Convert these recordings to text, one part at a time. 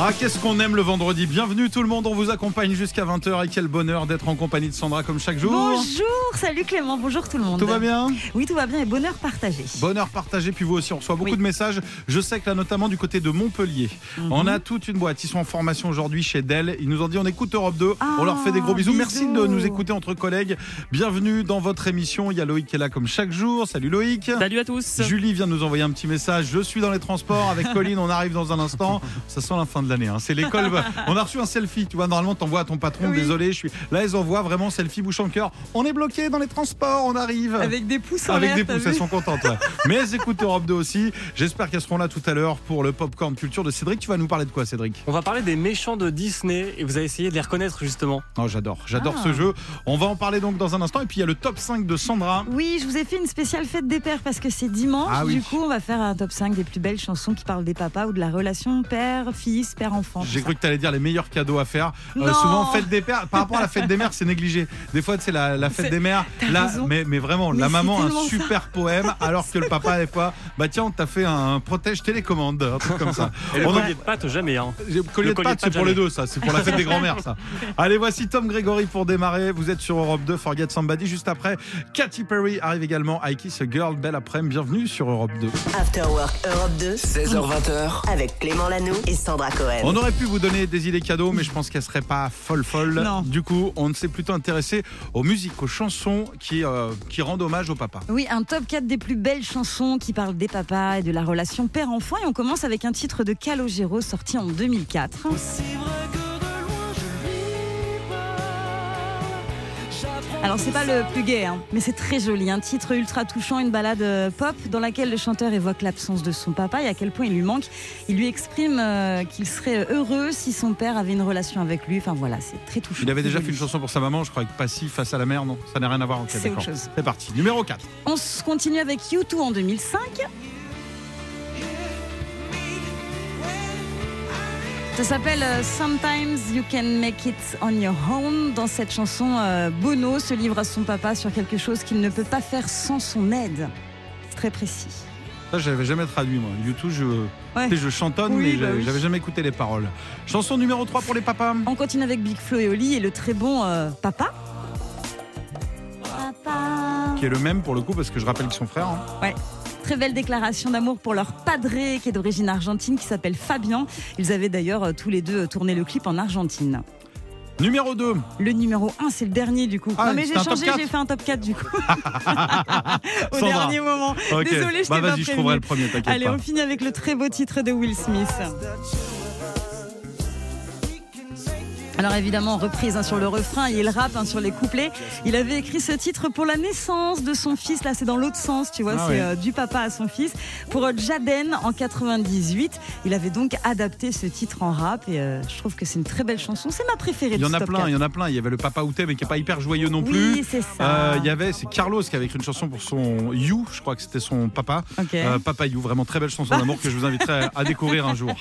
Ah, qu'est-ce qu'on aime le vendredi. Bienvenue tout le monde, on vous accompagne jusqu'à 20h et quel bonheur d'être en compagnie de Sandra comme chaque jour. Bonjour, salut Clément, bonjour tout le monde. Tout va bien Oui, tout va bien et bonheur partagé. Bonheur partagé, puis vous aussi, on reçoit beaucoup Oui. Mhm. de messages. Je sais que là, notamment du côté de Montpellier, on a toute une boîte. Ils sont en formation aujourd'hui chez Dell. Ils nous ont dit on écoute Europe 2. on Ah, leur fait des gros bisous. Merci de bisous. nous écouter entre collègues. Bienvenue dans votre émission. Il y a Loïc qui est là comme chaque jour. Salut Loïc. Salut à tous. Julie vient de nous envoyer un petit message. Je suis dans les transports avec Colline. On arrive dans un instant. Ça sent la fin de l'année. hein. C'est l'école. On a reçu un selfie. Tu vois, normalement, t'envoies à ton patron. Désolé, je suis. Là, ils envoient vraiment selfie bouche en cœur. On est bloqué dans les transports. On arrive. Avec des pouces en Avec l'air, des t'as pouces, vu elles sont contentes. ouais. Mais elles écoutent Europe 2 aussi. J'espère qu'elles seront là tout à l'heure pour le popcorn culture de Cédric. Tu vas nous parler de quoi, Cédric On va parler des méchants de Disney et vous allez essayer de les reconnaître justement. Non, Oh, j'adore. J'adore Ah. ce jeu. On va en parler donc dans un instant. Et puis, il y a le top 5 de Sandra. Oui, je vous ai fait une spéciale fête des pères parce que c'est dimanche. Ah oui. Du coup, on va faire un top 5 des plus belles chansons qui parlent des papas ou de la relation père-fils, père-enfant. J'ai tout cru que tu allais dire les meilleurs cadeaux à faire. Euh, Non. souvent, fête des pères, par rapport à la fête des mères, c'est négligé. Des fois, c'est la, la fête C'est- des mères. t'as Là, raison. mais, mais vraiment, Mais la c'est maman a un tellement ça. super poème, alors que le papa, des fois, bah tiens, on t'a fait un protège télécommande, un truc comme ça. Et le On a- collier de pâte jamais. Hein. J'ai- collier Le de collier de pâte, c'est pâte, pour les jamais. deux, ça. C'est pour la fête des grands-mères, ça. Allez, voici Tom Grégory pour démarrer. Vous êtes sur Europe 2, Forget Somebody. Juste après, Katy Perry arrive également. I Kiss a Girl, belle après-midi. Bienvenue sur Europe 2. After Work Europe 2, 16h20h. avec Clément Lano et Sandra Cohen. On aurait pu vous donner des idées cadeaux, mais je pense qu'elles seraient pas folles folles. Non. Du coup, on s'est plutôt intéressé aux musiques, aux chansons qui, euh, qui rendent hommage au papa. Oui, un top 4 des plus belles chansons qui parlent des papas et de la relation père-enfant. Et on commence avec un titre de Calogero sorti en 2004. Alors c'est pas le plus gai, hein, mais c'est très joli. Un titre ultra touchant, une balade euh, pop dans laquelle le chanteur évoque l'absence de son papa et à quel point il lui manque. Il lui exprime euh, qu'il serait heureux si son père avait une relation avec lui. Enfin voilà, c'est très touchant. Il avait déjà Très fait une joli. chanson pour sa maman, je crois, avec Passy face à la mer, non Ça n'a rien à voir. ok, C'est d'accord. autre chose. C'est parti. Numéro 4. On se continue avec U2 en 2005. Ça s'appelle euh, Sometimes You Can Make It On Your Own. Dans cette chanson, euh, Bono se livre à son papa sur quelque chose qu'il ne peut pas faire sans son aide. C'est très précis. Ça, j'avais jamais traduit, moi. Du tout, je, Ouais. tu sais, je chantonne, Oui, mais bah j'avais oui. j'avais jamais écouté les paroles. Chanson numéro 3 pour les papas. On continue avec Big Flo et Oli et le très bon euh, Papa. Papa. Qui est le même pour le coup, parce que je rappelle qu'ils sont frères. hein. Très belle déclaration d'amour pour leur padré qui est d'origine argentine, qui s'appelle Fabian. Ils avaient d'ailleurs euh, tous les deux euh, tourné le clip en Argentine. Numéro 2. Le numéro 1, c'est le dernier du coup. Ah, non mais c'est j'ai un top changé, 4. j'ai fait un top 4 du coup. Au Sandra. dernier moment. Ok. Désolée, je bah, t'ai pas vas-y, je prévenu. trouverai le premier, t'inquiète Allez, pas. on finit avec le très beau titre de Will Smith. Alors évidemment, reprise hein, sur le refrain, il rappe hein, sur les couplets. Il avait écrit ce titre pour la naissance de son fils. Là, c'est dans l'autre sens, tu vois, Ah c'est ouais. euh, du papa à son fils. Pour euh, Jaden en 98, il avait donc adapté ce titre en rap et euh, je trouve que c'est une très belle chanson. C'est ma préférée. Il de y en ce a top plein, 4. il y en a plein. Il y avait le Papa Outé, mais qui est pas hyper joyeux non Oui, plus. c'est ça. Euh, Il y avait, c'est Carlos qui avait écrit une chanson pour son You, je crois que c'était son papa. Ok. Euh, papa You, vraiment très belle chanson d'amour que je vous inviterai à- à découvrir un jour.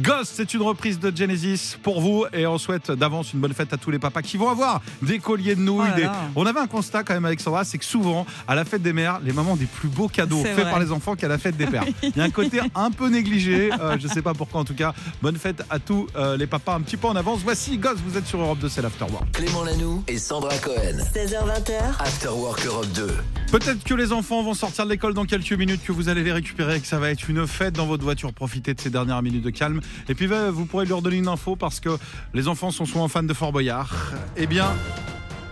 Ghost, c'est une reprise de Genesis pour vous et on souhaite d'avance une bonne fête à tous les papas qui vont avoir des colliers de nouilles. Oh là des- là. On avait un constat quand même, Alexandra, c'est que souvent à la fête des mères, les mamans ont des plus beaux cadeaux C'est faits vrai. par les enfants qu'à la fête des pères. Il y a un côté un peu négligé, euh, je sais pas pourquoi en tout cas. Bonne fête à tous euh, les papas un petit peu en avance. Voici Ghost, vous êtes sur Europe 2, c'est l'Afterwork. Clément Lanoux et Sandra Cohen. 16h, 20h, After Work Europe 2. Peut-être que les enfants vont sortir de l'école dans quelques minutes, que vous allez les récupérer et que ça va être une fête dans votre voiture. Profitez de ces dernières minutes de calme. Et puis, bah, vous pourrez leur donner une info parce que les enfants sont souvent fans de Fort Boyard. Eh bien,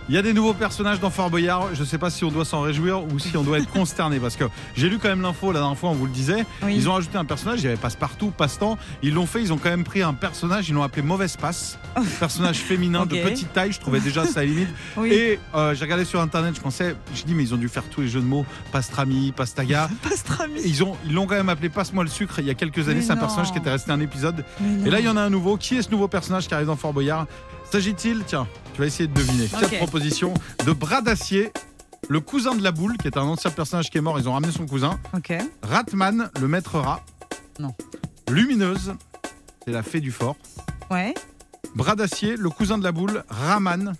il y a des nouveaux personnages dans Fort Boyard. Je ne sais pas si on doit s'en réjouir ou si on doit être consterné parce que j'ai lu quand même l'info la dernière fois, on vous le disait. Oui. Ils ont ajouté un personnage, il y avait passe-partout, passe-temps. Ils l'ont fait, ils ont quand même pris un personnage, ils l'ont appelé Mauvaise Passe. Personnage féminin Oh. Ok. de petite taille, je trouvais déjà ça limite. Oui. Et euh, j'ai regardé sur internet, je pensais, je dis mais ils ont dû faire tous les jeux de mots, pastrami, pastaga. Pastrami. Ils ont, ils l'ont quand même appelé passe-moi le sucre il y a quelques années. Mais C'est un non. personnage qui était resté un épisode. Mais Et là non. il y en a un nouveau. Qui est ce nouveau personnage qui arrive dans Fort Boyard S'agit-il, tiens, tu vas essayer de deviner. Ok. Quatre propositions de bras d'acier. Le cousin de la boule, qui est un ancien personnage qui est mort, ils ont ramené son cousin. Ok. Ratman, le maître rat. Non. Lumineuse, c'est la fée du fort. Ouais. Bras d'acier, le cousin de la boule. Raman,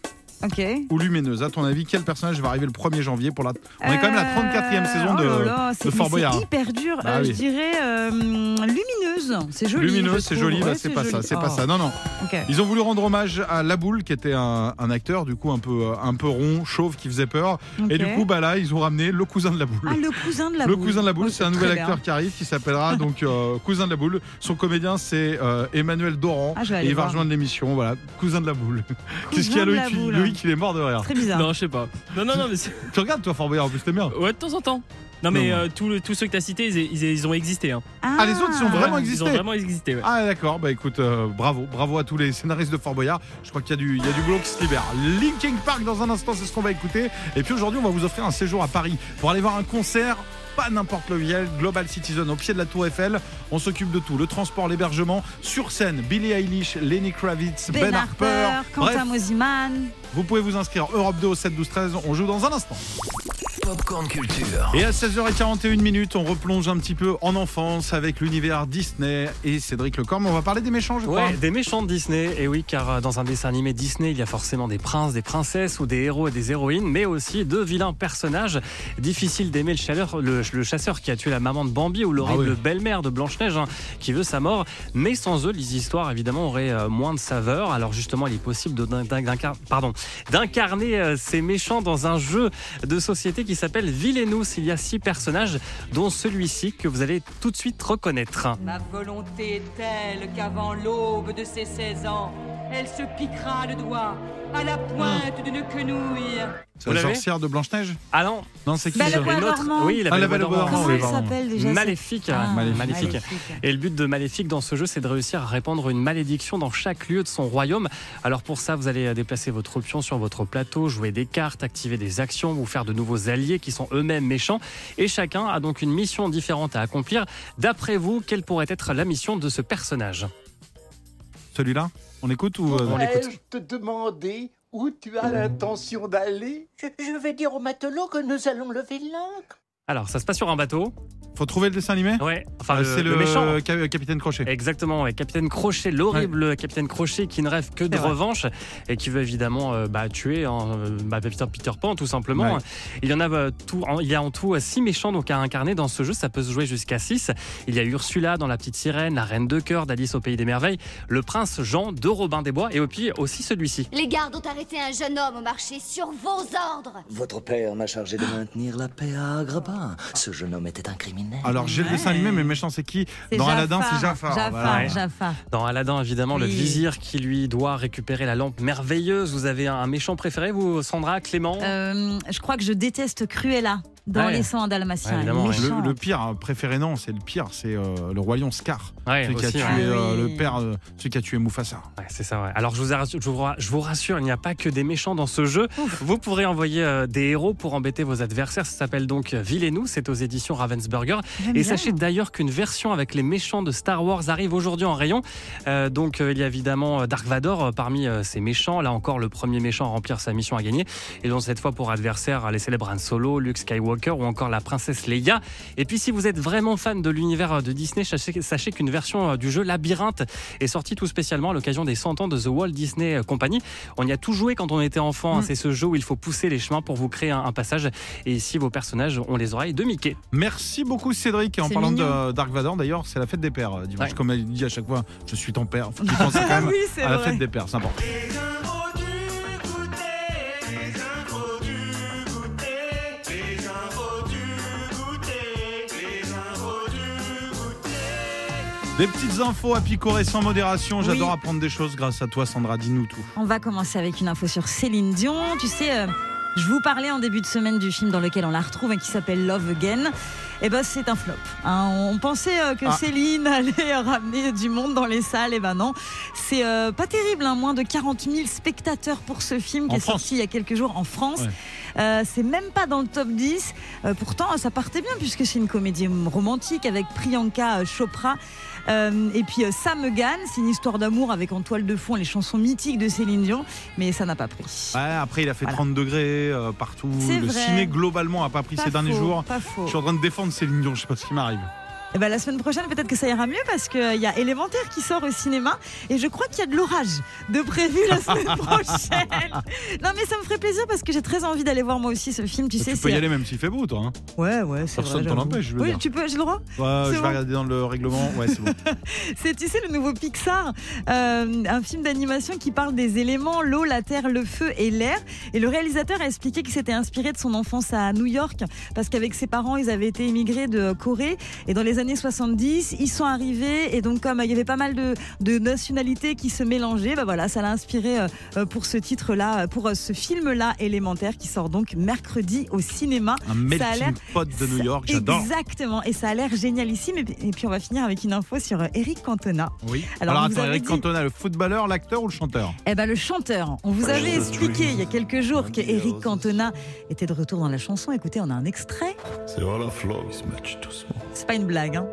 Ok. ou lumineuse À ton avis, quel personnage va arriver le 1er janvier pour la... On est quand même la 34e Euh, saison de, oh là là, c'est- de Fort mais Boyard. C'est hyper dur. Bah Euh, oui. Je dirais euh, lumineuse. C'est joli. Lumineuse, je c'est trouve. joli, bah, Ouais, c'est pas ça, joli. c'est pas Oh, ça. Non, non. ok. Ils ont voulu rendre hommage à Laboule, qui était un, un acteur, du coup, un peu, un peu rond, chauve, qui faisait peur. Et Ok. du coup, bah là, ils ont ramené le cousin de Laboule. Ah, le cousin de la Le boule. cousin de la boule, Oh, c'est un très nouvel bien. acteur qui arrive qui s'appellera donc euh, Cousin de la boule. Son comédien, c'est euh, Emmanuel Doran. Ah, je vais et aller il va voir. rejoindre l'émission. Voilà, Cousin de la boule. Qu'est-ce qu'il y a, de Loïc la boule. Loïc, il est mort de rire. Très bizarre. Non, je sais pas. Non, non, non, mais c'est- Tu regardes, toi, Fort Boyard, en plus, t'aimes bien. ouais, de temps en temps. Non, mais Non, non. euh, tous le- tous ceux que t'as cités, ils, ils- ils ont existé. hein. Ah, les autres, ils sont vraiment Ouais, existé. Ils ont vraiment existé, ouais. Ah, d'accord, bah écoute, euh, bravo, bravo à tous les scénaristes de Fort Boyard. Je crois qu'il y, a du- il y a du boulot qui se libère. Linking Park, dans un instant, c'est ce qu'on va écouter. Et puis aujourd'hui, on va vous offrir un séjour à Paris pour aller voir un concert. Pas n'importe lequel, Global Citizen au pied de la Tour Eiffel. On s'occupe de tout, le transport, l'hébergement, sur scène, Billie Eilish, Lenny Kravitz, Ben, Ben Harper, Bref, Quentin Mosiman. vous pouvez vous inscrire Europe 2 au 7 12 13. On joue dans un instant. Popcorn Culture. Et à 16h41 minutes, on replonge un petit peu en enfance avec l'univers Disney et Cédric Lecorme. On va parler des méchants, je crois. Ouais, des méchants de Disney, et oui, car euh, dans un dessin animé Disney, il y a forcément des princes, des princesses ou des héros et des héroïnes, mais aussi de vilains personnages. Difficile d'aimer le, chaleur- le, le chasseur qui a tué la maman de Bambi ou l'horrible Ah ouais. belle-mère de Blanche-Neige hein, qui veut sa mort. Mais sans eux, les histoires évidemment auraient euh, moins de saveur. Alors justement, il est possible de- d'in- d'in- d'incar- pardon, d'incarner euh, ces méchants dans un jeu de société qui s'appelle Villainous. Il y a six personnages, dont celui-ci que vous allez tout de suite reconnaître. Ma volonté est telle qu'avant l'aube de ses 16 ans, elle se piquera le doigt à la pointe d'une quenouille. C'est Vous la l'avez sorcière de Blanche-Neige Allons. Non, c'est qui Belle ça voix. Une autre- dormante. Oui, la Ah, Belle la Voix Belle Voix dormante, dormante. Comment oui, elle pardon. s'appelle déjà cette- Maléfique, Ah, Maléfique. Et le but de Maléfique dans ce jeu, c'est de réussir à répandre une malédiction dans chaque lieu de son royaume. Alors pour ça, vous allez euh, déplacer votre pion sur votre plateau, jouer des cartes, activer des actions, vous faire de nouveaux alliés qui sont eux-mêmes méchants. Et chacun a donc une mission différente à accomplir. D'après vous, quelle pourrait être la mission de ce personnage Celui-là On écoute ou euh, Pourrais-je te demander où tu as l'intention d'aller Je, je vais dire au matelot que nous allons lever l'ancre. Alors, ça se passe sur un bateau. Faut trouver le dessin animé Ouais, enfin Euh, le- C'est le méchant. hein. euh, ca- capitaine Crochet. Exactement, et Capitaine Crochet, l'horrible Capitaine Crochet qui ne rêve que de vrai. revanche et qui veut évidemment euh, bah, tuer hein, euh, bah, Peter, Peter Pan tout simplement. Ouais. Il y en a euh, tout, en- il y a en tout 6 méchants donc à incarner dans ce jeu, ça peut se jouer jusqu'à 6. Il y a Ursula dans La Petite Sirène, la Reine de Cœur d'Alice au Pays des Merveilles, le Prince Jean de Robin des Bois et au pire aussi celui-ci. Les gardes ont arrêté un jeune homme au marché sur vos ordres. Votre père m'a chargé de maintenir la paix à Agrabah. Ce jeune homme était un criminel. Alors j'ai le dessin Ouais. animé, mais le méchant c'est qui C'est Dans Aladdin, c'est Jafar. Jafar. Voilà. Jafar, Jafar. Dans Aladdin évidemment le Oui. vizir qui lui doit récupérer la lampe merveilleuse. Vous avez un, un méchant préféré vous Sandra, Clément Euh, je crois que je déteste Cruella dans Ouais. Les 101 Ouais, Dalmatiens. Elle est évidemment, ouais. méchante. Le, le pire hein, préféré, non, c'est le pire, c'est euh, le roi lion Scar. Ouais, celui qui a aussi, tué ouais. euh, Ah oui. le père, euh, celui qui a tué Mufasa. Ouais, c'est ça, ouais. Alors je vous, rassure, je, vous, ra- je vous rassure, il n'y a pas que des méchants dans ce jeu. Vous pourrez envoyer euh, des héros pour embêter vos adversaires. Ça s'appelle donc euh, Ville et nous, c'est aux éditions Ravensburger. J'aime Et bien. sachez d'ailleurs qu'une version avec les méchants de Star Wars arrive aujourd'hui en rayon. Euh, donc euh, il y a évidemment euh, Dark Vador euh, parmi euh, ces méchants. Là encore, le premier méchant à remplir sa mission à gagner. Et donc cette fois pour adversaire, euh, les célèbres Han Solo, Luke Skywalker ou encore la princesse Leia. Et puis si vous êtes vraiment fan de l'univers euh, de Disney, sachez, sachez qu'une version euh, du jeu Labyrinthe est sortie tout spécialement à l'occasion des 100 ans de The Walt Disney euh, Company. On y a tout joué quand on était enfant. Mm. hein. C'est ce jeu où il faut pousser les chemins pour vous créer un, un passage. Et ici, vos personnages ont les oreilles de Mickey. Merci beaucoup Cédric. Et en C'est parlant mignon. de Dark Vador, d'ailleurs, c'est la fête des pères. euh, Dimanche, Ouais. comme elle dit à chaque fois, je suis ton père. Faut qu'il pense quand même Ah Oui, c'est à la vrai. fête des pères, c'est important. Des petites infos à picorer sans modération. J'adore Oui. apprendre des choses grâce à toi, Sandra. Dis-nous tout. On va commencer avec une info sur Céline Dion. Tu sais, euh, je vous parlais en début de semaine du film dans lequel on la retrouve et qui s'appelle Love Again. Eh ben, c'est un flop. hein. On pensait euh, que Ah. Céline allait ramener du monde dans les salles. Eh ben non, c'est euh, pas terrible. hein. Moins de 40 000 spectateurs pour ce film qui En est France. sorti il y a quelques jours en France. Ouais. Euh, c'est même pas dans le top 10. Euh, pourtant, ça partait bien puisque c'est une comédie romantique avec Priyanka Chopra. Euh, et puis euh, Sam Egan, c'est une histoire d'amour avec en toile de fond les chansons mythiques de Céline Dion, mais ça n'a pas pris. Ouais, après, il a fait Voilà. 30 degrés euh, partout. C'est Le vrai. ciné, globalement, a pas pris Pas ces derniers faux, jours. Pas faux. Je suis en train de défendre Céline Dion, je sais pas ce qui m'arrive. Eh ben, la semaine prochaine, peut-être que ça ira mieux parce qu'il y a Élémentaire qui sort au cinéma et je crois qu'il y a de l'orage de prévu la semaine prochaine. Non, mais ça me ferait plaisir parce que j'ai très envie d'aller voir moi aussi ce film. Tu sais, tu peux c'est- y aller même s'il fait beau, toi. hein. Ouais, ouais, c'est Personne vrai, t'en j'avoue. empêche, je veux Oui, dire. tu peux, j'ai le droit. Ouais, C'est je vais bon. regarder dans le règlement. Ouais, c'est bon. C'est, tu sais, le nouveau Pixar, euh, un film d'animation qui parle des éléments, l'eau, la terre, le feu et l'air. Et le réalisateur a expliqué qu'il s'était inspiré de son enfance à New York, parce qu'avec ses parents, ils avaient été émigrés de Corée. Et dans les années 70, ils sont arrivés. Et donc, comme euh, il y avait pas mal de, de nationalités qui se mélangeaient, bah voilà, ça l'a inspiré euh, euh, pour ce titre-là, euh, pour euh, ce film-là, élémentaire, qui sort donc mercredi au cinéma. Un Ça a l'air melting pot de New York, j'adore. Exactement, et ça a l'air génialissime. Et puis- Et puis on va finir avec une info sur euh, Eric Cantona. Oui. Alors, Alors, vous attends, avez Eric dit- Cantona, le footballeur, l'acteur ou le chanteur Eh ben le chanteur, on vous avait expliqué il y a quelques jours que Eric Cantona était de retour dans la chanson. Écoutez, on a un extrait. C'est pas une blague, hein.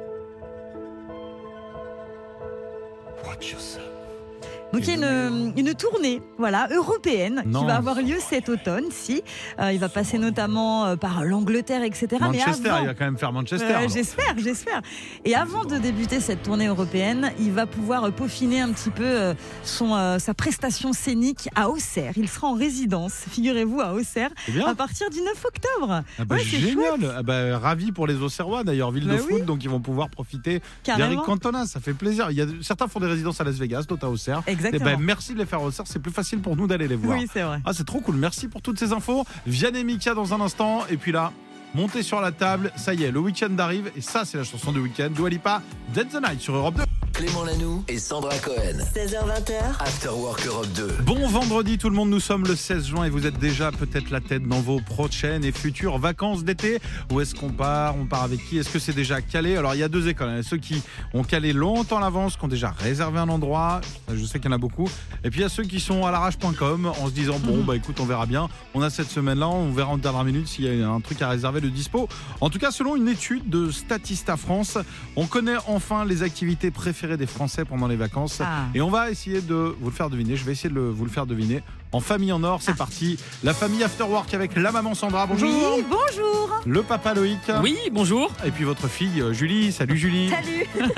Donc il y a une, une tournée, voilà, européenne Non. qui va avoir lieu cet automne. Si, Euh, il va passer notamment euh, par l'Angleterre, etc. Ah, Mais Manchester, avant- il va quand même faire Manchester. Euh, j'espère, j'espère. Et avant de débuter cette tournée européenne, il va pouvoir euh, peaufiner un petit peu euh, son, euh, sa prestation scénique à Auxerre. Il sera en résidence, figurez-vous, à Auxerre, C'est bien. à partir du 9 octobre. Ah bah, Ah, Ouais, c'est génial. Ah bah, ravi pour les Auxerrois d'ailleurs, ville de Bah foot, donc ils vont pouvoir profiter d'Eric Carrément. Cantona. Ça fait plaisir. Il y a certains font des résidences à Las Vegas, d'autres à Auxerre. Eh Exactement. ben, merci de les faire à Auxerre. C'est plus facile pour nous d'aller les voir. oui, c'est vrai. Ah, c'est trop cool. Merci pour toutes ces infos. Vianney Mika dans un instant. Et puis là, montez sur la table. Ça y est, le week-end arrive. Et ça, c'est la chanson du week-end. Dua Lipa, Dead the Night sur Europe 2. Clément Lanoux et Sandra Cohen. 16h20h, After Work Europe 2. Bon vendredi tout le monde, nous sommes le 16 juin et vous êtes déjà peut-être la tête dans vos prochaines et futures vacances d'été. Où est-ce qu'on part On part avec qui Est-ce que c'est déjà calé Alors il y a deux écoles, hein. ceux qui ont calé longtemps à l'avance, qui ont déjà réservé un endroit, je sais qu'il y en a beaucoup. Et puis il y a ceux qui sont à l'arrache.com en se disant bon bah écoute on verra bien, on a cette semaine-là, on verra en dernière minute s'il y a un truc à réserver de dispo. En tout cas selon une étude de Statista France, on connaît enfin les activités préférées des Français pendant les vacances. Ah. Et on va essayer de vous le faire deviner. Je vais essayer de le- vous le faire deviner. En famille en or, c'est parti. La famille After Work avec la maman Sandra, bonjour. Oui, bonjour. Le papa Loïc. Oui, bonjour. Et puis votre fille euh, Julie. Salut Julie. Salut.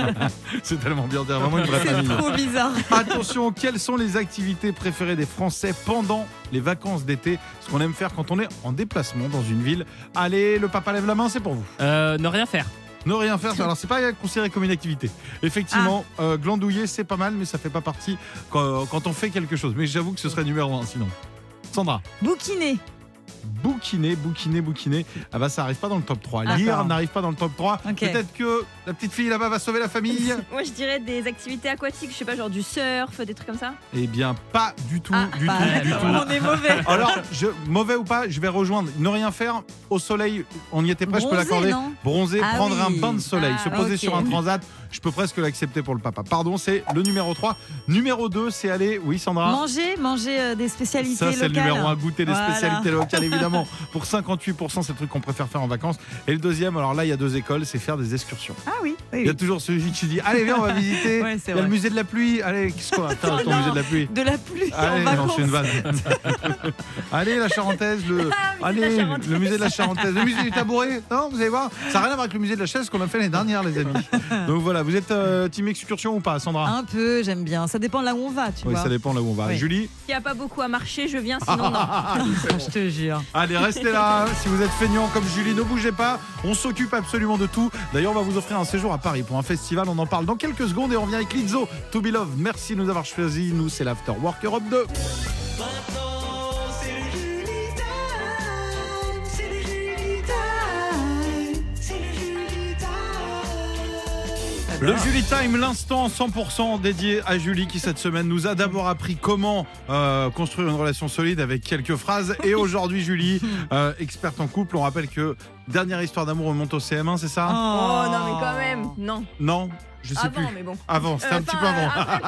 C'est tellement bien, c'est vraiment une vraie famille. Trop bizarre. Attention, quelles sont les activités préférées des Français pendant les vacances d'été Ce qu'on aime faire quand on est en déplacement dans une ville. Allez, le papa lève la main, c'est pour vous. Euh, ne rien faire. Ne rien faire, alors c'est pas considéré comme une activité. Effectivement, euh, glandouiller, c'est pas mal, mais ça fait pas partie quand, quand on fait quelque chose. Mais j'avoue que ce serait numéro un sinon. Sandra, Bouquiner. bouquiner, bouquiner, bouquiner. Ah bah ça arrive pas dans le top 3. D'accord. Lire n'arrive pas dans le top 3. Ok. Peut-être que la petite fille là-bas va sauver la famille. Moi, je dirais des activités aquatiques, je sais pas, genre du surf, des trucs comme ça. eh bien, pas du tout, Ah, du Bah, tout, du tout. on est mauvais. Alors, je, mauvais ou pas, je vais rejoindre. Ne rien faire au soleil, on n'y était pas, je peux Bronzer, l'accorder. non Bronzer, Ah prendre oui. un bain de soleil, Ah, se poser ok. sur un transat, je peux presque l'accepter pour le papa. Pardon, c'est le numéro 3. Numéro 2, c'est aller, oui Sandra Manger, manger euh, des spécialités Ah. ça, c'est le locales. numéro 1, goûter des Voilà. spécialités locales, évidemment. Pour 58%, c'est le truc qu'on préfère faire en vacances. Et le deuxième, alors là, il y a deux écoles, c'est faire des excursions. Ah oui. oui, Il y a oui. toujours celui qui dit Allez, viens, on va visiter. Ouais, c'est il y a le vrai. musée de la pluie. Allez, qu'est-ce qu'on va faire au Non. musée de la pluie De la pluie en Allez, non, vacances. c'est une vanne. Allez, la Charentaise, le, Ah, musée Allez, de la le- Charentaise. le musée de la Charentaise, le musée du tabouret. Non, vous allez voir, ça n'a rien à voir avec le musée de la chaise qu'on a fait l'année dernière, les amis. Donc voilà, vous êtes euh, team excursion ou pas, Sandra Un peu, j'aime bien. Ça dépend là où on va, tu Oui, vois. ça dépend là où on va. Oui. Julie S'il n'y a pas beaucoup à marcher, je viens, sinon non. Ah. je te jure. Allez, restez là. hein. Si vous êtes feignant comme Julie, ne bougez pas. On s'occupe absolument de tout. D'ailleurs, on va vous offrir un séjour à Paris pour un festival. On en parle dans quelques secondes et on revient avec Lizzo. To be love. Merci de nous avoir choisis. Nous, c'est l'After Work Europe 2. Le Julie Time, l'instant 100% dédié à Julie qui cette semaine nous a d'abord appris comment euh, construire une relation solide avec quelques phrases. Et aujourd'hui, Julie, Hmm. euh, experte en couple, on rappelle que dernière histoire d'amour remonte au CM1, c'est ça Oh non, mais quand même, non. Non, je sais Avant, plus. mais bon. Avant, c'était Euh, un petit enfin, peu avant. euh,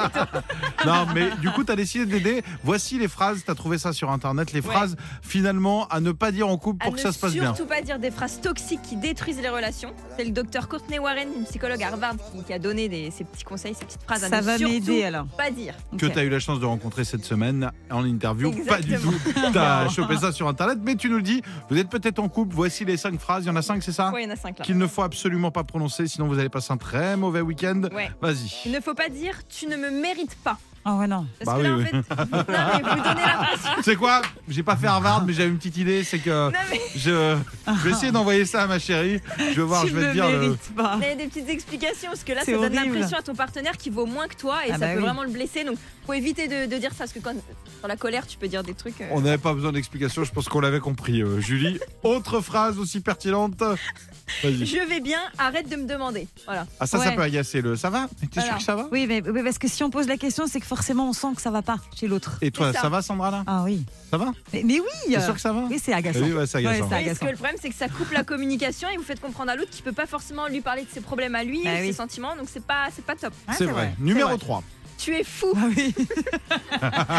après, Non, mais du coup, tu as décidé d'aider. Voici les phrases. Tu as trouvé ça sur Internet. Les phrases, finalement, à ne pas dire en couple à pour ne que ça se passe bien. surtout pas dire des phrases toxiques qui détruisent les relations. C'est le docteur Courtney Warren, une psychologue à Harvard, qui, qui a donné des, ces petits conseils, ces petites phrases à Ça ne va surtout m'aider alors. pas dire. Que Ok. tu as eu la chance de rencontrer cette semaine en interview. Pas du Exactement. tout. Tu as chopé ça sur Internet. Mais tu nous le dis, vous êtes peut-être en couple. Voici les cinq phrases. Il y en a cinq, c'est ça Ouais, il y en a cinq là. Qu'il ne faut absolument pas prononcer, sinon vous allez passer un très mauvais week-end. Ouais. Il Vas-y. ne faut pas dire tu ne me mérites pas. Ah ouais, non. Parce Bah que oui, là, oui. en fait, non, mais vous donnez l'impression. C'est quoi J'ai pas fait Harvard, mais j'avais une petite idée, c'est que Non, mais je, je vais essayer d'envoyer ça à ma chérie. Je vais voir, tu je vais me te dire. le- mérites pas. il y a des petites explications parce que là, ça C'est donne horrible. l'impression à ton partenaire qu'il vaut moins que toi et Ah ça bah peut oui. vraiment le blesser. Donc, faut éviter de, de dire ça parce que quand dans la colère, tu peux dire des trucs. euh, On n'avait pas besoin d'explication, je pense qu'on l'avait compris, euh, Julie. Autre phrase aussi pertinente. Vas-y. Je vais bien, arrête de me demander. Voilà. Ah, ça, ça Ouais. peut agacer le. Ça va Mais T'es sûr Alors. que ça va Oui, mais, mais parce que si on pose la question, c'est que forcément on sent que ça va pas chez l'autre. Et toi, C'est ça. ça. va, Sandra là Ah oui. Ça va Mais, mais oui. T'es euh, sûr que ça va Oui, c'est agaçant. Oui, ouais, c'est agaçant. Ouais, c'est Oui, parce agaçant. que le problème, c'est que ça coupe la communication et vous faites comprendre à l'autre qu'il peut pas forcément lui parler de ses problèmes à lui, Bah ou oui. ses sentiments, donc c'est pas, c'est pas top. Ouais, C'est vrai. Numéro 3. Tu es fou. Ah oui.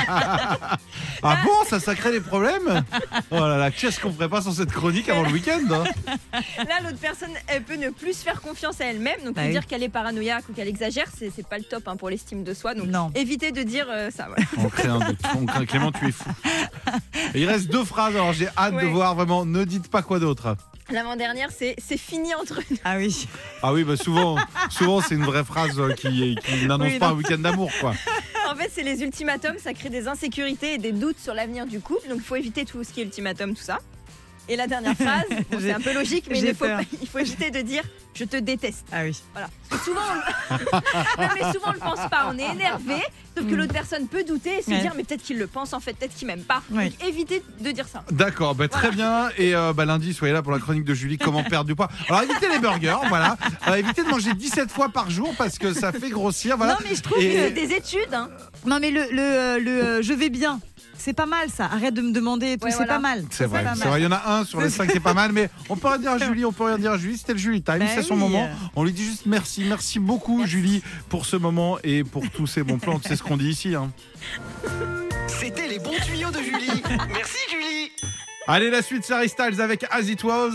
Ah bon, ça, ça crée des problèmes Oh là là, qu'est-ce qu'on ferait pas sans cette chronique avant le week-end hein Là, l'autre personne, elle peut ne plus se faire confiance à elle-même, donc Bah lui oui. dire qu'elle est paranoïaque ou qu'elle exagère, c'est c'est pas le top hein, pour l'estime de soi. Donc Non. évitez de dire euh, ça. voilà. On crée un doute. On crée- Clément, tu es fou. Et il reste deux phrases, alors j'ai hâte de Ouais. voir vraiment. Ne dites pas quoi d'autre. L'avant-dernière, c'est c'est fini entre nous. Ah oui. Ah oui, bah souvent, souvent c'est une vraie phrase euh, qui, qui n'annonce Oui, pas non. un week-end d'amour, quoi. En fait, c'est les ultimatums, ça crée des insécurités et des doutes sur l'avenir du couple, donc il faut éviter tout ce qui est ultimatum, tout ça. Et la dernière phrase, bon, J'ai- c'est un peu logique, mais il, j'ai ne faut peur. pas- il faut éviter de dire je te déteste. Ah oui. Parce que souvent, on... non, mais souvent on le pense pas, on est énervé, sauf que l'autre personne peut douter et se Mm. Ouais. dire mais peut-être qu'il le pense en fait, peut-être qu'il m'aime pas. Ouais. Donc évitez de dire ça. D'accord, bah, très bien. Et euh, bah, lundi, soyez là pour la chronique de Julie, comment perdre du poids. Alors évitez les burgers, voilà. Euh, évitez de manger 17 fois par jour parce que ça fait grossir, voilà. Non, mais je trouve Et- C'est des études, hein. Non, mais le, le, euh, le, euh, je vais bien, c'est pas mal ça. Arrête de me demander et tout, Ouais, c'est voilà. pas mal. C'est vrai, pas c'est mal. vrai, il y en a un sur les cinq, c'est pas mal, mais on peut rien dire à Julie, on peut rien dire à Julie, c'était le Julie Time, Bah c'est son oui. moment. On lui dit juste merci, merci beaucoup Julie pour ce moment et pour tous ces bons plans, c'est ce qu'on dit ici. hein. C'était les bons tuyaux de Julie. Merci Julie. Allez, la suite, c'est Harry Styles avec As It Was.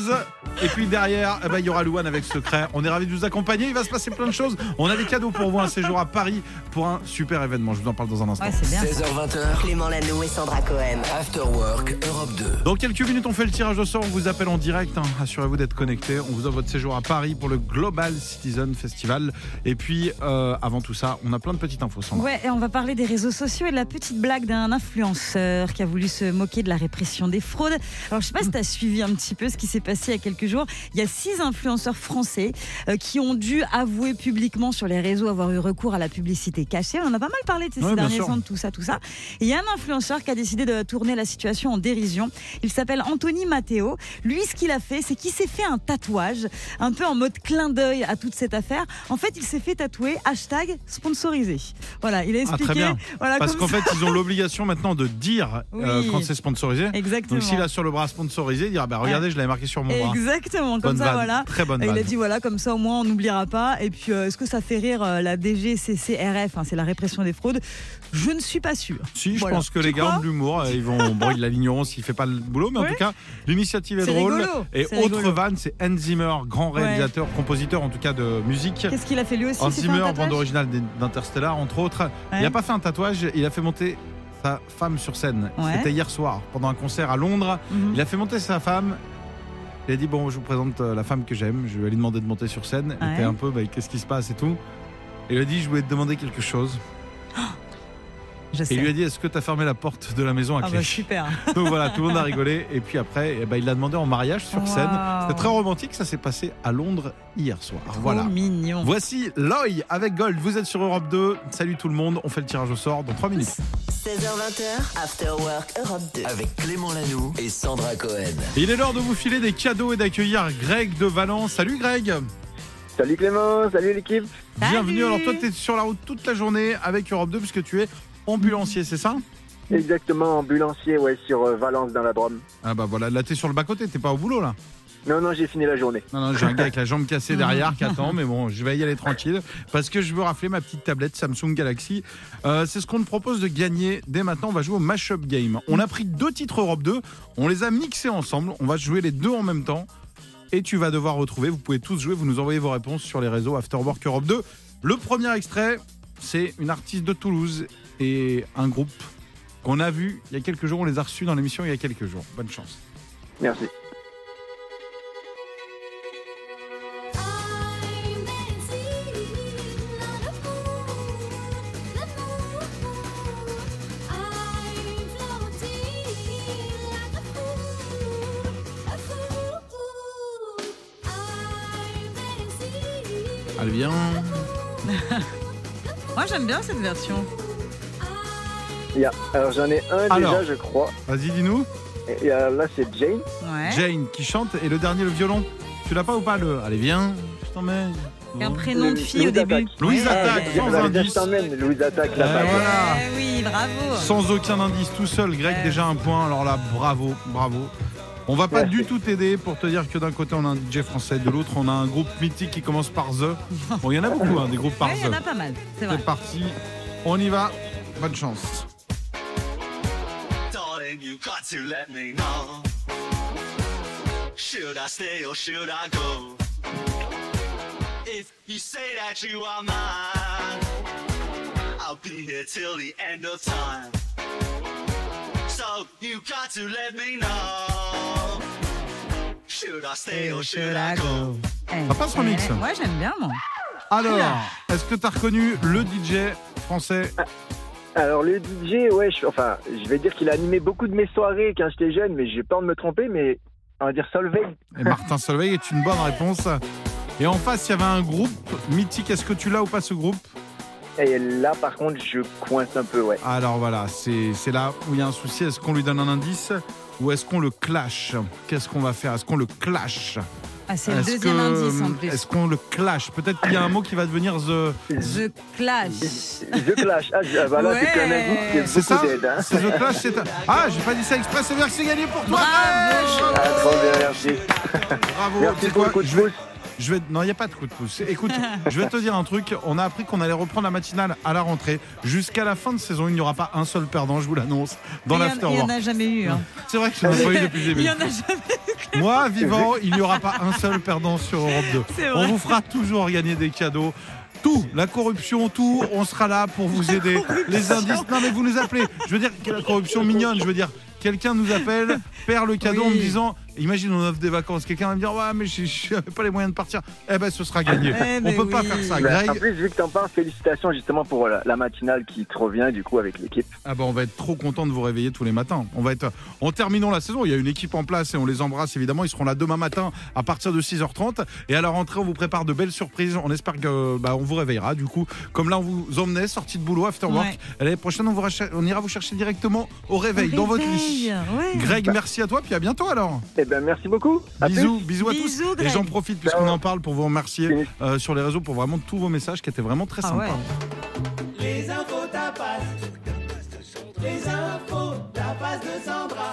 Et puis derrière, eh ben, il y aura Louane avec Secret. On est ravis de vous accompagner, il va se passer plein de choses. On a des cadeaux pour vous, un séjour à Paris pour un super événement. Je vous en parle dans un instant. Ouais, c'est bien. 16h20h, Clément Lanou et Sandra Cohen. After Work Europe 2. Dans quelques minutes, on fait le tirage au sort. On vous appelle en direct. hein. Assurez-vous d'être connecté. On vous offre votre séjour à Paris pour le Global Citizen Festival. Et puis, euh, avant tout ça, on a plein de petites infos. Sandra. Ouais, et on va parler des réseaux sociaux et de la petite blague d'un influenceur qui a voulu se moquer de la répression des fraudes. Alors, je sais pas Hmm. si tu as suivi un petit peu ce qui s'est passé il y a quelques jours. Il y a six influenceurs français euh, qui ont dû avouer publiquement sur les réseaux avoir eu recours à la publicité cachée. On en a pas mal parlé de ces Ouais, ces bien derniers sûr. temps, de tout ça, tout ça. Et il y a un influenceur qui a décidé de tourner la situation en dérision. Il s'appelle Anthony Matteo. Lui, ce qu'il a fait, c'est qu'il s'est fait un tatouage, un peu en mode clin d'œil à toute cette affaire. En fait, il s'est fait tatouer hashtag sponsorisé. Voilà, il a Ah, très expliqué. bien. Voilà, Parce comme qu'en ça. fait, ils ont l'obligation maintenant de dire euh, Oui. quand c'est sponsorisé. Exactement. Donc, s'il a sur le bras sponsorisé, il dira bah, Regardez, je l'avais marqué sur mon bras. Exactement, comme Bonne ça, vanne. voilà. Très bonne Et il vanne. a dit voilà, comme ça au moins on n'oubliera pas. Et puis, euh, est-ce que ça fait rire euh, la DGCCRF hein, C'est la répression des fraudes. Je ne suis pas sûre. Si, je Voilà. pense que Tu les gars crois ont de l'humour. euh, Ils vont, bon, ils l'ignoreront s'il fait pas le boulot, mais en Ouais. tout cas, l'initiative est, C'est drôle. rigolo, Et c'est autre rigolo. vanne, c'est Hans Zimmer, grand Ouais. réalisateur, compositeur en tout cas de musique. Qu'est-ce qu'il a fait lui aussi Hans C'est Zimmer, un bande tatouage originale d'Interstellar, entre autres. Il Ouais. n'a pas fait un tatouage, il a fait monter sa femme sur scène. Ouais. C'était hier soir, pendant un concert à Londres. Mhm. Il a fait monter sa femme. Il a dit Bon, je vous présente euh, la femme que j'aime. Je vais lui demander de monter sur scène. Il Ouais. était un peu bah, Qu'est-ce qui se passe et tout. Et il a dit Je voulais te demander quelque chose. Je Et sais. il lui a dit Est-ce que tu as fermé la porte de la maison à ah clé bah super. Donc voilà, tout le monde a rigolé. Et puis après, eh ben, il l'a demandé en mariage sur scène. Waouh. C'était très romantique. Ça s'est passé à Londres hier soir. voilà. Trop mignon. Voici Loy avec Gold. Vous êtes sur Europe 2. Salut tout le monde. On fait le tirage au sort dans 3 minutes. 16h20h, After Work Europe 2. Avec Clément Lanoux et Sandra Cohen. Il est l'heure de vous filer des cadeaux et d'accueillir Greg de Valence. Salut Greg. Salut Clément, salut l'équipe. Bienvenue. Alors toi, tu es sur la route toute la journée avec Europe 2 puisque tu es ambulancier, c'est ça Exactement, ambulancier, ouais, sur euh, Valence dans la Drôme. Ah bah voilà, là t'es sur le bas-côté, t'es pas au boulot là. Non, non, j'ai fini la journée. Non, non, j'ai un gars avec la jambe cassée derrière qui attend, mais bon, je vais y aller tranquille parce que je veux rafler ma petite tablette Samsung Galaxy. Euh, c'est ce qu'on te propose de gagner dès maintenant. On va jouer au Mashup Game. On a pris deux titres Europe 2, on les a mixés ensemble, on va jouer les deux en même temps et tu vas devoir retrouver. Vous pouvez tous jouer, vous nous envoyez vos réponses sur les réseaux Afterwork Europe 2. Le premier extrait, c'est une artiste de Toulouse et un groupe qu'on a vu il y a quelques jours, on les a reçus dans l'émission il y a quelques jours. Bonne chance. Merci. Elle vient. Moi, j'aime bien cette version. Il y a- alors j'en ai un Alors. déjà, je crois. Vas-y, dis-nous. Et- Et euh, alors là, c'est Jane. Ouais. Jane qui chante et le dernier, le violon. Tu l'as pas ou pas le Allez, viens. Je t'emmène. Un prénom de fille au Louise début. Attaque. Louise Ouais, Attaque, bien, sans j'allais dire, indice. Je t'emmène, Louise Attaque, Eh, là-bas. voilà. Eh oui, bravo. Sans aucun indice, tout seul. Greg, Ouais. déjà un point. Alors là, bravo, bravo. On va pas du tout t'aider pour te dire que d'un côté on a un DJ français, de l'autre on a un groupe mythique qui commence par The. Bon, il y en a beaucoup, hein, des groupes par Ouais, Il y en a The. pas mal, c'est vrai. C'est parti, on y va. Bonne chance. Darling, you got to let me know. Should I stay or should I go? If you say that you are mine, I'll be here till the end of time. So you got to let me know. Should I stay or should I go? Eh, Ça passe remix. Moi, j'aime bien, moi. Alors, est-ce que t'as reconnu le DJ français Alors le DJ, ouais, je, enfin, je vais dire qu'il a animé beaucoup de mes soirées quand j'étais jeune, mais j'ai peur de me tromper, mais on va dire Solveig. Et Martin Solveig est une bonne réponse. Et en face, il y avait un groupe mythique. Est-ce que tu l'as ou pas ce groupe Et là, par contre, je coince un peu, ouais. Alors voilà, c'est c'est là où il y a un souci. Est-ce qu'on lui donne un indice ou est-ce qu'on le clash Qu'est-ce qu'on va faire Est-ce qu'on le clash Ah, c'est le Est-ce deuxième que- hum, indice en plus. Est-ce qu'on le clash Peut-être qu'il y a un mot qui va devenir the. The Clash. The Clash. Ah, je- ah, bah là, Ouais. c'est plein d'indices, c'est C'est ça beaucoup d'aide. Hein. C'est the clash. c'est- Ah, j'ai pas dit ça exprès. C'est bien que c'est gagné pour toi. Bravo Ah, trop bien, merci. Bravo. Tu Merci sais pour quoi le coup de Je vais- pouce. je vais... Non, il n'y a pas de coup de pouce. Écoute, je vais te dire un truc. On a appris qu'on allait reprendre la matinale à la rentrée. Jusqu'à la fin de saison, il n'y aura pas un seul perdant, je vous l'annonce, dans Il y en- Il n'y l'afterwork. en a jamais eu. hein. C'est vrai que je n'en ai pas eu depuis le Il début. y en a jamais Moi, vivant, il n'y aura pas un seul perdant sur Europe 2. C'est vrai. On vous fera toujours gagner des cadeaux. Tout, la corruption, tout, on sera là pour vous aider. Les indices, non mais vous nous appelez. Je veux dire, que la corruption mignonne, je veux dire, quelqu'un nous appelle, perd le cadeau en Oui. me disant, imagine on offre des vacances, quelqu'un va me dire, ouais mais je- je n'avais pas les moyens de partir. Eh ben ce sera gagné. Eh, on mais peut pas oui. faire ça. Bah, en Greg, plus, vu que t'en parles, félicitations justement pour la, la matinale qui te revient du coup avec l'équipe. Ah bah on va être trop content de vous réveiller tous les matins. On va être en terminant la saison, il y a une équipe en place et on les embrasse évidemment, ils seront là demain matin à partir de 6h30 et à la rentrée on vous prépare de belles surprises. On espère que bah, on vous réveillera du coup comme là on vous emmenait sortie de boulot after work. Ouais. Et L'année prochaine on, vous racha- on ira vous chercher directement au réveil, eu. dans votre lit. Ouais. Greg, merci à toi, puis à bientôt alors. Eh ben, merci beaucoup. À plus. Bisous, bisous à Bisous, tous. Greg. Et j'en profite puisqu'on en parle pour vous remercier Bisous. euh, sur les réseaux pour vraiment tous vos messages qui étaient vraiment très Ah sympas. ouais. Les infos tapas. Les infos tapas de Sandra.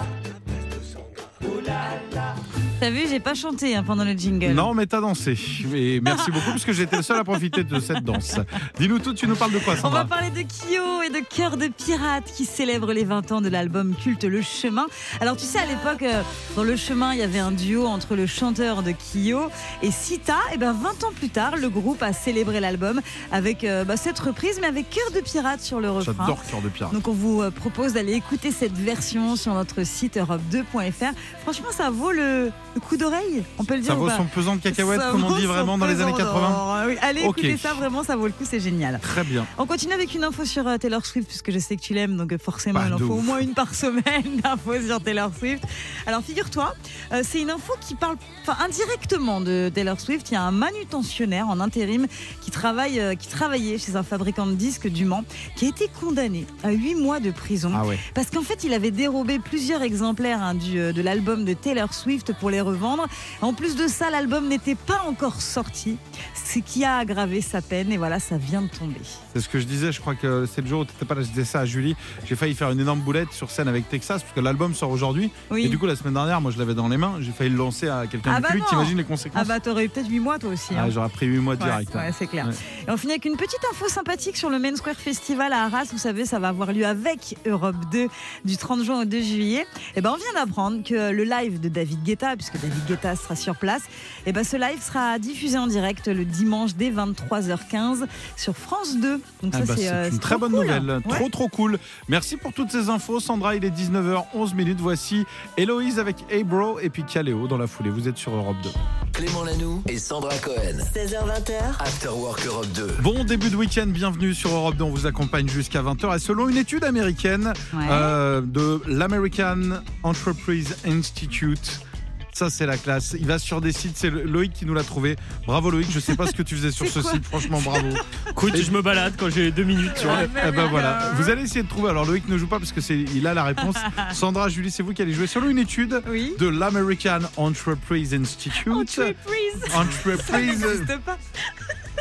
T'as vu, j'ai pas chanté hein, pendant le jingle. Non, mais t'as dansé. Et merci beaucoup parce que j'étais le seul à profiter de cette danse. Dis-nous tout, tu nous parles de quoi, On va Sandra parler de Kyo et de Cœur de Pirate qui célèbre les 20 ans de l'album culte Le Chemin. Alors tu sais, à l'époque, euh, dans Le Chemin, il y avait un duo entre le chanteur de Kyo et Sita. Et ben 20 ans plus tard, le groupe a célébré l'album avec euh, bah, cette reprise, mais avec Cœur de Pirate sur le refrain. J'adore Cœur de Pirate. Donc on vous euh, propose d'aller écouter cette version sur notre site europe2.fr. Franchement, ça vaut le, le coup d'oreille, on peut le dire Ça ou vaut pas son pesant de cacahuètes, Ça comme on vaut dit son vraiment dans les années pesant 80. d'or. Ah oui, Allez Ok. écoutez ça, vraiment, ça vaut le coup, c'est génial. Très bien. On continue avec une info sur euh, Taylor Swift, puisque je sais que tu l'aimes, donc euh, forcément, Bah, il en de faut au ouf. moins une par semaine d'infos sur Taylor Swift. Alors, figure-toi, euh, c'est une info qui parle enfin, indirectement de Taylor Swift. Il y a un manutentionnaire en intérim qui, travaille, euh, qui travaillait chez un fabricant de disques du Mans, qui a été condamné à 8 mois de prison. Ah ouais. Parce qu'en fait, il avait dérobé plusieurs exemplaires hein, du, euh, de l'album de Taylor Swift pour les revendre. En plus de ça, l'album n'était pas encore sorti, ce qui a aggravé sa peine. Et voilà, ça vient de tomber. C'est ce que je disais, je crois que c'est le jour où t'étais pas là, je disais ça à Julie. J'ai failli faire une énorme boulette sur scène avec Texas, parce que l'album sort aujourd'hui. Oui. Et du coup, la semaine dernière, moi je l'avais dans les mains, j'ai failli le lancer à quelqu'un Ah de bah plus. non. T'imagines les conséquences Ah bah t'aurais eu peut-être 8 mois toi aussi. hein. Ah, J'aurais pris 8 mois Ouais, direct. ouais, c'est clair. Ouais. Et on finit avec une petite info sympathique sur le Main Square Festival à Arras. Vous savez, ça va avoir lieu avec Europe 2 du 30 juin au 2 juillet. Et ben, on vient d'apprendre que le live de David Guetta, puisque David Guetta sera sur place, et ben, ce live sera diffusé en direct le dimanche dès 23h15 sur France 2. Donc Ah ça, bah, c'est euh, une c'est très trop bonne cool. nouvelle, Ouais. trop trop cool. Merci pour toutes ces infos, Sandra. Il est 19h11 minutes. Voici Héloïse avec Abro et puis Caléo dans la foulée. Vous êtes sur Europe 2. Clément Lanoux et Sandra Cohen. 16h20h, After Work Europe 2. Bon début de week-end, bienvenue sur Europe 2. On vous accompagne jusqu'à 20h. Et selon une étude américaine Ouais. euh, de l'American Enterprise Institute, Ça, c'est la classe. Il va sur des sites. C'est le- Loïc qui nous l'a trouvé. Bravo, Loïc. Je sais pas ce que tu faisais sur ce site. Franchement, bravo. Écoute, je me balade quand j'ai deux minutes, tu vois. Eh ben Ah, voilà. Vous allez essayer de trouver. Alors, Loïc ne joue pas parce que c'est, il a la réponse. Sandra, Julie, c'est vous qui allez jouer. Selon une étude de l'American Entreprise Institute. Entreprise. Entreprise. Ça n'existe pas.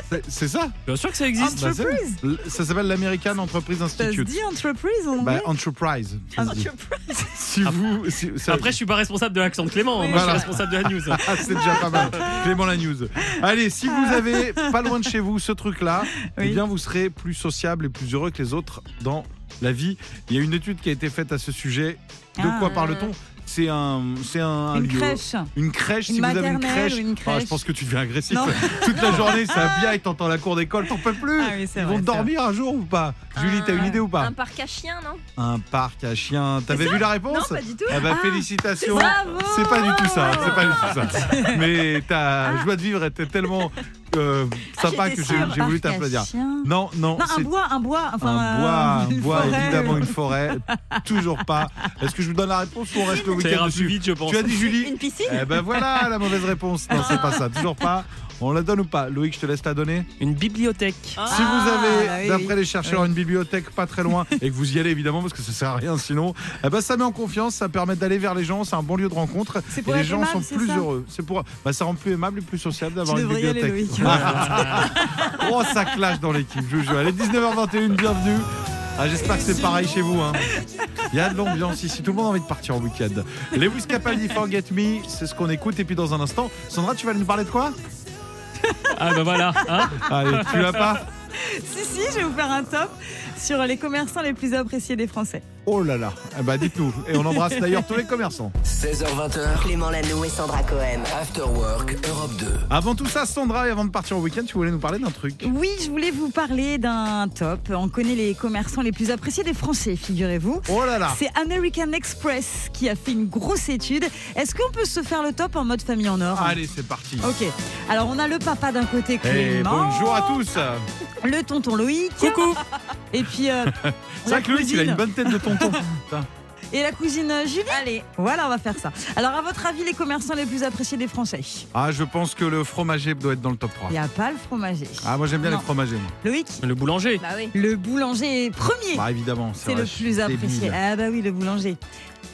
C'est- C'est ça Bien sûr que ça existe. Entreprise. Bah, c'est- ça s'appelle l'American Enterprise Ça se Institute. dit entreprise en Bah, anglais Ah, Enterprise. ça se dit. Entreprise. Si vous, si- ça- Après, je suis pas responsable de l'accent de Clément, hein. moi Voilà. je suis responsable de la news. Ah, c'est déjà pas mal. Clément la news. Allez, si vous avez pas loin de chez vous ce truc-là, eh bien vous serez plus sociable et plus heureux que les autres dans la vie. Il y a une étude qui a été faite à ce sujet. De Ah. quoi parle-t-on c'est un, c'est un, un Une lieu. crèche. Une crèche, Une si vous avez une maternelle crèche. ou une Ah, je crèche. pense que tu deviens agressif. Non. Toute la Non. journée, ça vient et t'entends la cour d'école, t'en peux plus. Ah oui, c'est Ils vrai, Ah. vont c'est dormir un jour ou pas Julie, t'as une idée ou pas Un parc à chiens, non un parc à chiens. T'avais C'est ça vu la réponse Non, pas du tout. Eh ben, Ah, félicitations. c'est ça. Bravo. C'est pas du tout ça. C'est pas du tout ça. Mais ta joie de vivre était tellement euh, sympa Ah. J'étais que j'ai sûre. j'ai voulu Parc à t'applaudir. chiens. Non, non. Non, un c'est- bois, un bois. Enfin, un euh, bois, un une bois, forêt, évidemment euh. une forêt, toujours pas. Est-ce que je vous donne la réponse ou on reste le Ça week-end ira plus dessus vite, je pense. Tu as dit Julie Une piscine Eh ben voilà la mauvaise réponse. Non, c'est pas ça, toujours pas. On la donne ou pas Loïc, je te laisse la donner. Une bibliothèque. si vous Ah, avez, bah oui, d'après oui. les chercheurs, Oui. une bibliothèque pas très loin et que vous y allez évidemment parce que ça sert à rien sinon, eh ben ça met en confiance, ça permet d'aller vers les gens, c'est un bon lieu de rencontre et pour les être gens aimable, sont c'est plus ça heureux. C'est pour, bah, ça rend plus aimable et plus sociable d'avoir Tu une devrais y aller, bibliothèque. Loïc. Voilà. oh ça clash dans l'équipe, je vous jure. Allez 19h21, bienvenue. Ah, J'espère que c'est pareil chez vous. hein. Il y a de l'ambiance ici, tout le monde a envie de partir en week-end. Lewis Capaldi, Forget Me, c'est ce qu'on écoute. Et puis dans un instant, Sandra, tu vas nous parler de quoi Ah bah voilà. Allez, tu l'as pas Si, si, je vais vous faire un top sur les commerçants les plus appréciés des Français. Oh là là, eh ben dites-nous. Et on embrasse d'ailleurs tous les commerçants. 16h20. Clément Lano et Sandra Cohen. After Work Europe 2. Avant tout ça, Sandra, et avant de partir au week-end, tu voulais nous parler d'un truc. Oui, je voulais vous parler d'un top. On connaît les commerçants les plus appréciés des Français, figurez-vous. Oh là là. C'est American Express qui a fait une grosse étude. Est-ce qu'on peut se faire le top en mode famille en or Allez, c'est parti. Ok. Alors, on a le papa d'un côté, Et Clément. bonjour à tous. Le tonton Loïc. Coucou. Et puis. euh, C'est vrai que Loïc, il a une bonne tête de tonton. Putain. et la cousine euh, Julie Allez. Voilà, on va faire ça. Alors, à votre avis, les commerçants les plus appréciés des Français Ah, je pense que le fromager doit être dans le top 3. Il n'y a pas le fromager. Ah, moi j'aime bien Non. les fromagers. Loïc Le boulanger. Bah Le boulanger est premier. Bah évidemment, C'est vrai, le je suis plus apprécié. débile. Ah bah oui, le boulanger.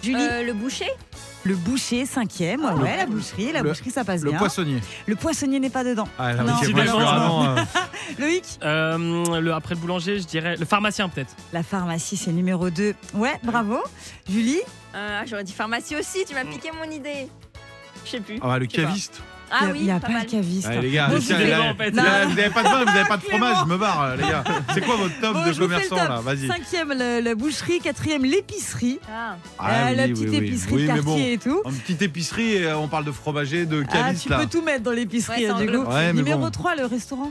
Julie Euh, Le boucher Le boucher, cinquième. ouais, Le- ouais, la boucherie. La le- boucherie, ça passe Le bien. poissonnier. Le poissonnier n'est pas dedans. Ah, là, ok, Non. moi, je suis Malheureusement. vraiment, euh, Loïc Euh, le, Après le boulanger, je dirais. Le pharmacien, peut-être. La pharmacie, c'est numéro 2. Ouais, bravo. Julie Ah, J'aurais dit pharmacie aussi, tu m'as piqué mon idée. Je sais plus. Mm. Ah, bah, le Je sais pas. caviste. Ah Il y a- oui, il y a pas, pas mal. de caviste. Allez, les gars, Bon, les je gars, vais les dans, gars, en fait. les gars, vous n'avez pas de vin, vous n'avez pas de fromage, je me barre, euh, les gars. C'est quoi votre top Bon, de je vous fais le commerçants top. là Vas-y. Cinquième, le- la boucherie. Quatrième, l'épicerie. Ah Euh, la oui, petite oui, oui. épicerie Oui, de mais quartier bon, et tout. Une petite épicerie, et, euh, on parle de fromager, de Ah, caviste tu là. peux tout mettre dans l'épicerie, Ouais, hein, du sans coup. globe. Ouais, mais Numéro bon. 3, le restaurant.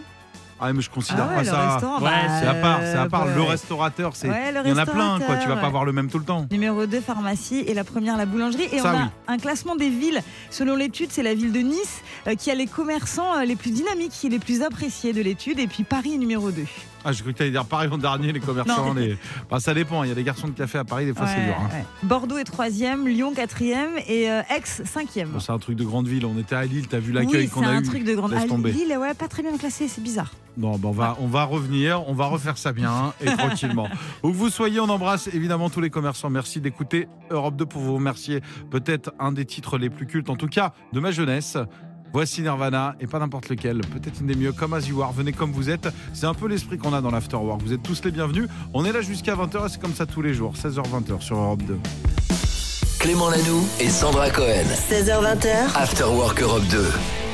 Ah mais je considère Ah ouais, pas le ça. restaurant, bah, c'est à part, c'est à euh, part bah le ouais. restaurateur, c'est Ouais, le il y en a plein quoi, tu vas pas restaurateur, voir le même tout le temps. Numéro 2, pharmacie. Et la première, la boulangerie. Et Ça, on a oui. un classement des villes. Selon l'étude, c'est la ville de Nice euh, qui a les commerçants euh, les plus dynamiques et les plus appréciés de l'étude. Et puis Paris est numéro 2. Ah, je cru que t'allais dire Paris en dernier les commerçants Non. les Bah, ça dépend, il y a des garçons de café à Paris des fois c'est Ouais, dur hein. ouais. Bordeaux est troisième, Lyon quatrième et euh, Aix cinquième. Bon, c'est un truc de grande ville, on était à Lille, t'as vu l'accueil oui, qu'on c'est a un eu. truc de grande. Laisse Ah, tomber. Lille, ouais, pas très bien classé, c'est bizarre. Bon, bah, on va on va revenir, on va refaire ça bien et tranquillement. Où que vous soyez, on embrasse évidemment tous les commerçants. Merci d'écouter Europe 2 pour vous remercier. Peut-être un des titres les plus cultes en tout cas de ma jeunesse. Voici Nirvana et pas n'importe lequel, peut-être une des mieux, comme As You Are. Venez comme vous êtes. C'est un peu l'esprit qu'on a dans l'Afterwork. Vous êtes tous les bienvenus. On est là jusqu'à 20h et c'est comme ça tous les jours, 16h-20h sur Europe 2. Clément Lanoux et Sandra Cohen. 16h20. After Work Europe 2.